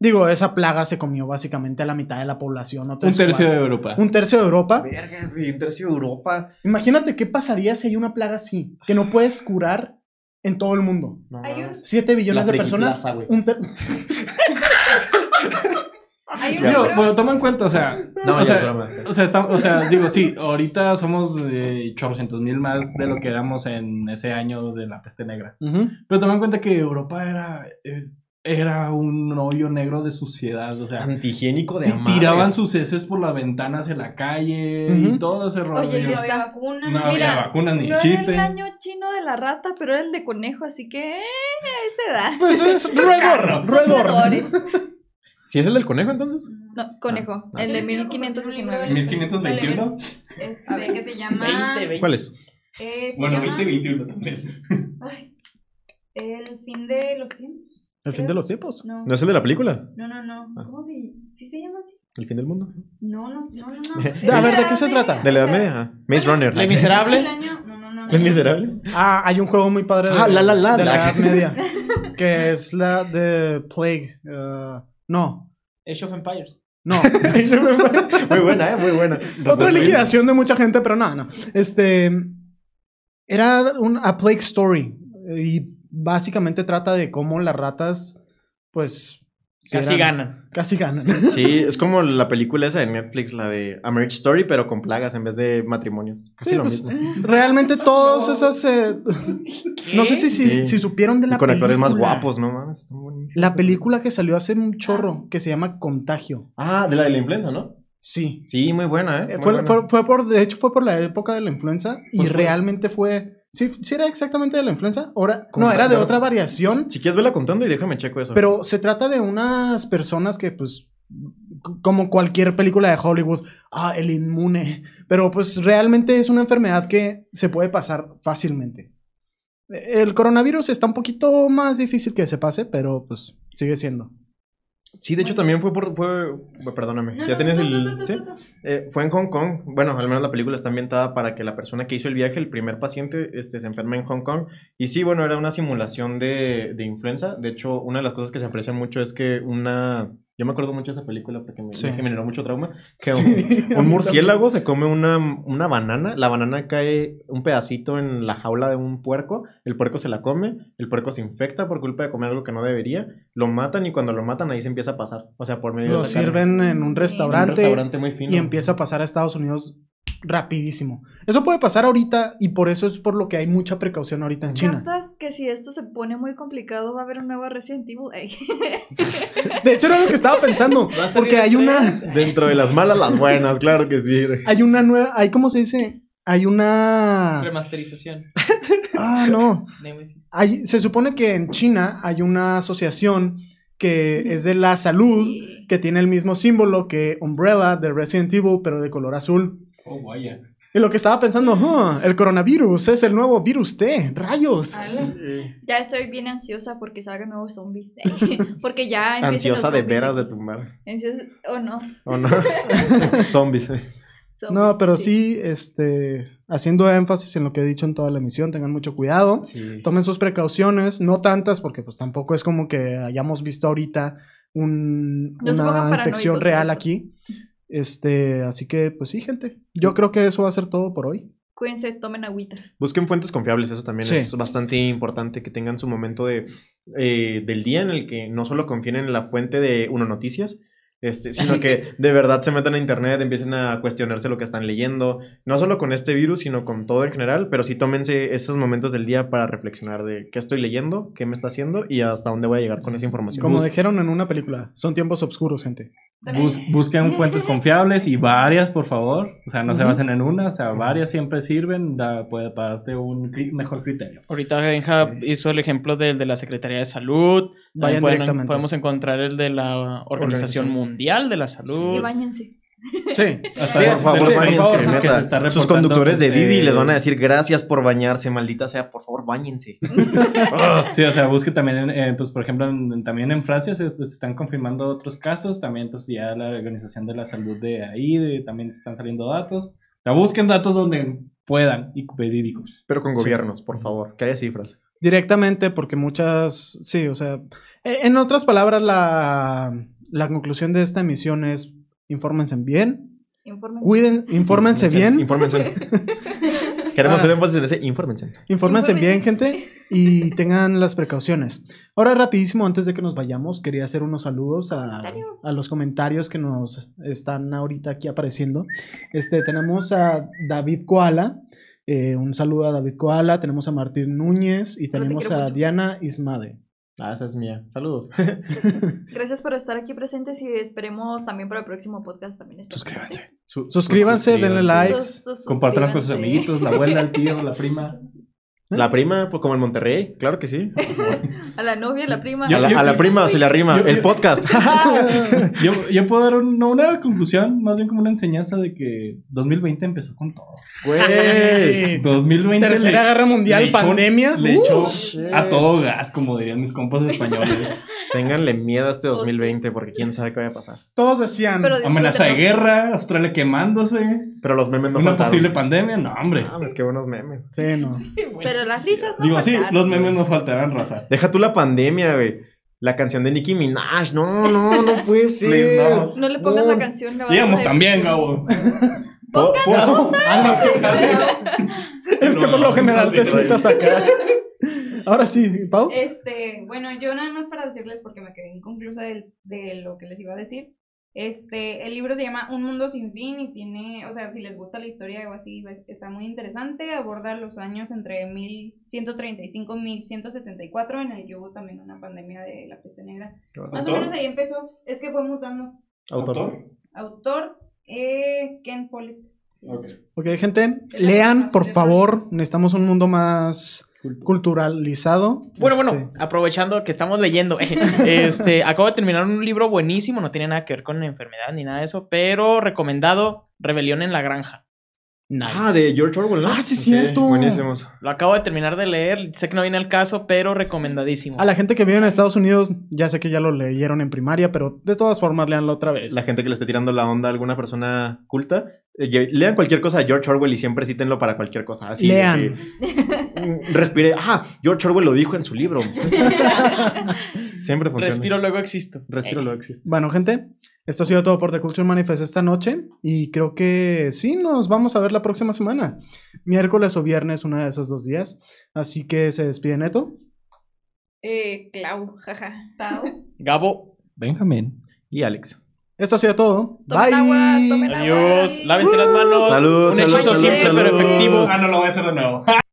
S1: Digo, esa plaga se comió básicamente a la mitad de la población. o
S7: Un
S1: tres
S7: tercio de
S1: cuartos.
S7: Europa.
S1: Un tercio de Europa.
S5: Verga, güey, un tercio de Europa.
S1: Imagínate qué pasaría si hay una plaga así, que no puedes curar en todo el mundo.
S5: No
S3: Hay
S5: mames.
S1: 7 billones
S5: La
S1: de personas.
S5: friquiplaza, güey.
S1: un ter-
S3: hay un
S7: Digo,
S3: libro-
S7: bueno, toma en cuenta, o sea,
S5: No,
S7: o,
S5: ya,
S7: sea
S5: broma.
S7: o sea, está- o sea, digo, sí, ahorita somos eh, 800 mil más de lo que éramos en ese año de la peste negra.
S1: Ujú.
S7: Pero toma en cuenta que Europa era, eh, era un hoyo negro de suciedad, o sea,
S5: Antihigiénico de
S7: ti-
S5: amar.
S7: tiraban sus heces por las ventanas en la calle
S1: Ujú.
S7: y todo ese rollo.
S6: Oye,
S3: no
S6: ya
S3: había
S6: está.
S3: vacuna.
S7: no había
S6: mira,
S7: vacunas ni
S6: No era
S7: chiste.
S6: el año chino de la rata, pero era el de conejo, así que eh, ahí se da.
S1: Pues es roedor,
S6: Son
S1: roedor.
S6: roedores.
S5: ¿Sí es el del conejo entonces?
S6: No, conejo, el de
S3: Yo les digo, compré
S6: 1519.
S3: un libro
S7: 1521.
S3: Este, que se llama.
S5: ¿Cuál
S2: ¿Cuál
S5: es?
S3: eh, se
S2: Bueno,
S3: llama
S2: 2021 también.
S3: Ay, el fin de los tiempos.
S1: El fin de los tiempos.
S3: No,
S5: ¿No es el de la película? Ah.
S3: no, no. no. ¿Cómo se, ¿sí se llama así?
S5: ¿El fin del mundo?
S3: No, no, no, no. no.
S5: A
S1: ver,
S3: Es
S1: ¿de
S3: la
S1: qué se
S3: Edad
S1: trata?
S3: Media,
S5: ¿De la
S3: o
S5: Edad
S3: sea,
S5: Media? ajá. Maze Runner.
S4: La Miser- ¿Miserable?
S3: El año- No, no, no. no.
S5: ¿El miserable?
S1: Ah, hay un juego muy padre de
S5: Ah, La La Land.
S1: de Edad Media. Que es la de Plague. eh, no,
S4: Age of Empires.
S1: no.
S5: muy buena, eh, muy buena.
S1: Otra liquidación de mucha gente, pero no, no. Este. Era un, a Plague Story. Y básicamente trata de cómo las ratas, pues.
S4: Casi
S1: eran-
S4: ganan.
S1: Casi ganan.
S5: Sí, es como la película esa de Netflix, la de A Marriage Story, pero con plagas en vez de matrimonios. Casi
S1: Sí,
S5: lo
S1: pues,
S5: mismo.
S1: Realmente todas esas. eh, no sé si, si,
S5: Sí.
S1: si supieron de
S5: Y
S1: la
S5: con actores más
S1: película.
S5: guapos, ¿no? mames, están buenísimos.
S1: La película que salió hace un chorro que se llama Contagio.
S5: Ah, de la de la influenza, ¿no?
S1: Sí.
S5: Sí, muy buena, ¿eh?
S1: Eh,
S5: Muy
S1: Fue,
S5: buena.
S1: fue- fue por, de hecho, fue por la época de la influenza y
S5: Pues fue-
S1: realmente fue. Sí, sí era exactamente de la influenza. Ahora, no,
S5: Conta-
S1: era de
S5: pero-
S1: otra variación.
S5: Si quieres verla contando y déjame checo eso.
S1: Pero se trata de unas personas que, pues, c- como cualquier película de Hollywood, ah, el inmune. Pero, pues, realmente es una enfermedad que se puede pasar fácilmente. El coronavirus está un poquito más difícil que se pase, pero, pues, sigue siendo.
S5: Sí, de hecho también fue por... Fue, perdóname,
S3: No,
S5: ya
S3: no,
S5: tenías
S3: tú,
S5: el...
S3: tú, tú, tú,
S5: ¿sí?
S3: tú.
S5: Eh, fue en Hong Kong. Bueno, al menos la película está ambientada para que la persona que hizo el viaje, el primer paciente, este, se enferme en Hong Kong. Y sí, bueno, era una simulación de, de influenza. De hecho, una de las cosas que se aprecia mucho es que una... Yo me acuerdo mucho de esa película porque me,
S4: Sí.
S5: me generó mucho trauma. Que
S1: Sí, a
S5: un,
S1: mí
S5: un murciélago se come una, una banana, la banana cae un pedacito en la jaula de un puerco, el puerco se la come, el puerco se infecta por culpa de comer algo que no debería, lo matan y cuando lo matan ahí se empieza a pasar. O sea, por medio
S1: Lo
S5: de esa carne.
S1: sirven en un
S5: Un
S1: restaurante,
S5: restaurante muy fino.
S1: y empieza a pasar a Estados Unidos rapidísimo. Eso puede pasar ahorita y por eso es por lo que hay mucha precaución ahorita en China.
S6: ¿Captas que si esto se pone muy complicado va a haber un nuevo Resident Evil? Ey.
S1: De hecho era lo que estaba pensando,
S5: Va a salir
S1: porque hay
S5: el
S1: una
S5: tres. Dentro de las malas, las buenas, claro que sí.
S1: hay una nueva, hay cómo se dice, hay una
S4: Remasterización.
S1: ah no,
S4: Nemesis.
S1: Hay- se supone que en China hay una asociación que es de la salud que tiene el mismo símbolo que Umbrella de Resident Evil, pero de color azul.
S7: Oh, vaya.
S1: Y lo que estaba pensando, "Huh, el coronavirus es el nuevo virus T, rayos.
S3: Ala.
S6: Ya estoy bien ansiosa porque salgan nuevos zombies. ey. Porque ya empiecen los
S5: Ansiosa de
S6: zombies,
S5: veras
S6: ey.
S5: de tumbar.
S6: Ansiosa- O no.
S5: ¿O no? Zombies. eh.
S6: zombies,
S1: No, pero sí, este, haciendo énfasis en lo que he dicho en toda la emisión, tengan mucho cuidado, tomen sus precauciones, no tantas porque pues tampoco es como que hayamos visto ahorita un-
S6: No se pongan
S1: una
S6: paranoicos,
S1: infección real
S6: esto.
S1: aquí. Este, así que pues sí, gente, yo creo que eso va a ser todo por hoy.
S6: Cuídense, tomen agüita.
S5: Busquen fuentes confiables, eso también
S1: Sí.
S5: es bastante importante que tengan su momento de, eh, del día en el que no solo confíen en la fuente de Uno Noticias, este, sino que de verdad se metan a internet, empiecen a cuestionarse lo que están leyendo, no solo con este virus, sino con todo en general, pero sí tómense esos momentos del día para reflexionar de qué estoy leyendo, qué me está haciendo y hasta dónde voy a llegar con esa información.
S1: Como dijeron en una película, son tiempos oscuros, gente.
S7: Bus- busquen fuentes confiables y varias, por favor. O sea, no se
S1: Ujú.
S7: basen en una, o sea, varias siempre sirven da- puede, para darte un cri- mejor criterio.
S4: Ahorita Benja
S5: Sí.
S4: hizo el ejemplo del de la Secretaría de Salud.
S1: Vayan
S4: También pueden-
S1: directamente.
S4: podemos encontrar el de la Organización,
S5: Organización.
S4: Mundial de la
S6: Y
S4: Salud.
S6: bañense.
S1: Sí.
S7: Hasta
S5: Por favor,
S7: sí,
S5: bañense,
S7: favor,
S5: neta.
S7: que se está
S5: Sus
S7: reportando,
S5: conductores de
S7: pues,
S5: Didi
S7: eh,
S5: les van a decir gracias por bañarse, maldita sea, por favor, bañense.
S7: Sí, o sea, busque también, eh, pues por ejemplo, en- también en Francia se, se están confirmando otros casos, también pues ya la Organización de la Salud de ahí, de- también están saliendo datos. O sea, busquen datos donde puedan y verídicos.
S5: Pero con gobiernos, por favor, que haya cifras.
S1: Directamente, porque muchas. Sí, o sea. e- En otras palabras, la, la conclusión de esta emisión es: infórmense bien,
S6: Informen.
S1: cuiden, infórmense bien,
S5: Infórmense. Queremos hacer énfasis en ese,
S7: ¿Eh?
S5: infórmense.
S1: infórmense bien,
S6: Infórmense.
S1: gente, y tengan las precauciones. Ahora, rapidísimo, antes de que nos vayamos, quería hacer unos saludos a,
S6: Comentarios.
S1: a los comentarios que nos están ahorita aquí apareciendo. Este, tenemos a David Koala. eh, un saludo a David Koala, tenemos a Martín Núñez y
S6: te
S1: tenemos
S6: quiero
S1: a
S6: mucho.
S1: Diana Ismade.
S5: Ah, esa es mía. Saludos.
S6: Gracias por estar aquí presentes y esperemos también para el próximo podcast también estén
S1: Suscríbanse.
S6: presentes.
S1: Suscríbanse, denle like.
S6: Sus- sus-
S7: Compártanlo con sus
S6: suscríbanse.
S7: amiguitos, la abuela, el tío, la prima.
S5: La prima, pues como en Monterrey, claro que sí.
S6: A la novia, a la prima.
S5: A la, a la prima se le arrima
S7: yo-
S5: el
S7: yo-
S5: podcast.
S7: Yo, yo puedo dar un- no una conclusión, más bien como una enseñanza de que 2020 empezó con todo.
S5: Güey.
S7: 2020 le-
S1: Tercera Guerra Mundial,
S7: le echó-
S1: pandemia.
S7: le
S1: Uh,
S7: echó
S3: Ah,
S7: a todo gas, como dirían mis compas españoles.
S5: Ténganle miedo a este 2020 porque quién sabe qué va a pasar.
S1: Todos decían.
S6: Pero disfrútenlo.
S7: Amenaza de guerra, Australia quemándose,
S5: Pero los memes no
S7: una
S5: faltaron.
S7: posible pandemia, no, hombre.
S5: Ah, pues qué buenos memes.
S1: Sí, no.
S6: Pero las risas no
S7: Digo, sí,
S6: faltaron.
S7: los memes no faltarán, raza.
S5: Deja tú la pandemia, güey. La canción de Nicki Minaj. No, no, no puede ser.
S7: Please, no.
S6: No le pongas la
S5: No.
S6: canción. la banda
S7: Digamos
S6: de-
S7: también, Gabo.
S5: Po-
S6: Pongan
S5: po-
S1: Es que por lo general te
S7: No, no, no.
S1: sientas acá. Ahora sí, Pau.
S3: Este, bueno, yo nada más para decirles, porque me quedé inconclusa del- de, lo que les iba a decir. Este, el libro se llama Un Mundo Sin Fin y tiene, o sea, si les gusta la historia o así, va- está muy interesante. Aborda los años entre 1135 y 1174, en el que hubo también una pandemia de la peste negra. Más o
S7: ¿Autor?
S3: menos ahí empezó, es que fue mutando.
S5: Autor.
S3: Autor, eh, Ken Follett.
S1: Ok, gente. Lean, por favor. Necesitamos un mundo más culturalizado.
S4: Bueno,
S1: Este,
S4: bueno, aprovechando que estamos leyendo, eh, este, acabo de terminar un libro buenísimo, no tiene nada que ver con la enfermedad ni nada de eso, pero recomendado, Rebelión en la Granja.
S1: Nice.
S5: Ah, de George Orwell, ¿no?
S1: Ah, sí, es
S5: Ok,
S1: cierto.
S5: Buenísimos.
S4: Lo acabo de terminar de leer. Sé que no viene al caso, pero recomendadísimo.
S1: A la gente que vive en Estados Unidos, ya sé que ya lo leyeron en primaria, pero de todas formas, leanlo otra vez.
S5: La gente que le esté tirando la onda a alguna persona culta, eh, ye- lean cualquier cosa de George Orwell y siempre cítenlo para cualquier cosa. Así de
S1: Lean.
S5: que, mm, respire. Ah, George Orwell lo dijo en su libro. siempre funciona.
S4: Respiro, luego existo.
S5: Respiro lo existe.
S1: Bueno, gente, esto ha sido todo por The Culture Manifest esta noche y creo que sí, nos vamos a ver la próxima semana, miércoles o viernes, uno de esos dos días. Así que se despide Neto.
S3: Eh, Clau, jaja. Tao.
S4: Gabo.
S7: Benjamín.
S5: Y Alex.
S1: Esto ha sido todo.
S6: Tomen
S1: Bye.
S6: agua, tomen
S4: Adiós.
S6: agua.
S4: Lávense las manos.
S5: Salud,
S4: Un
S5: salud,
S4: hechizo
S5: salud,
S4: simple pero
S5: salud.
S4: efectivo.
S2: Ah, no, lo voy a hacer de nuevo.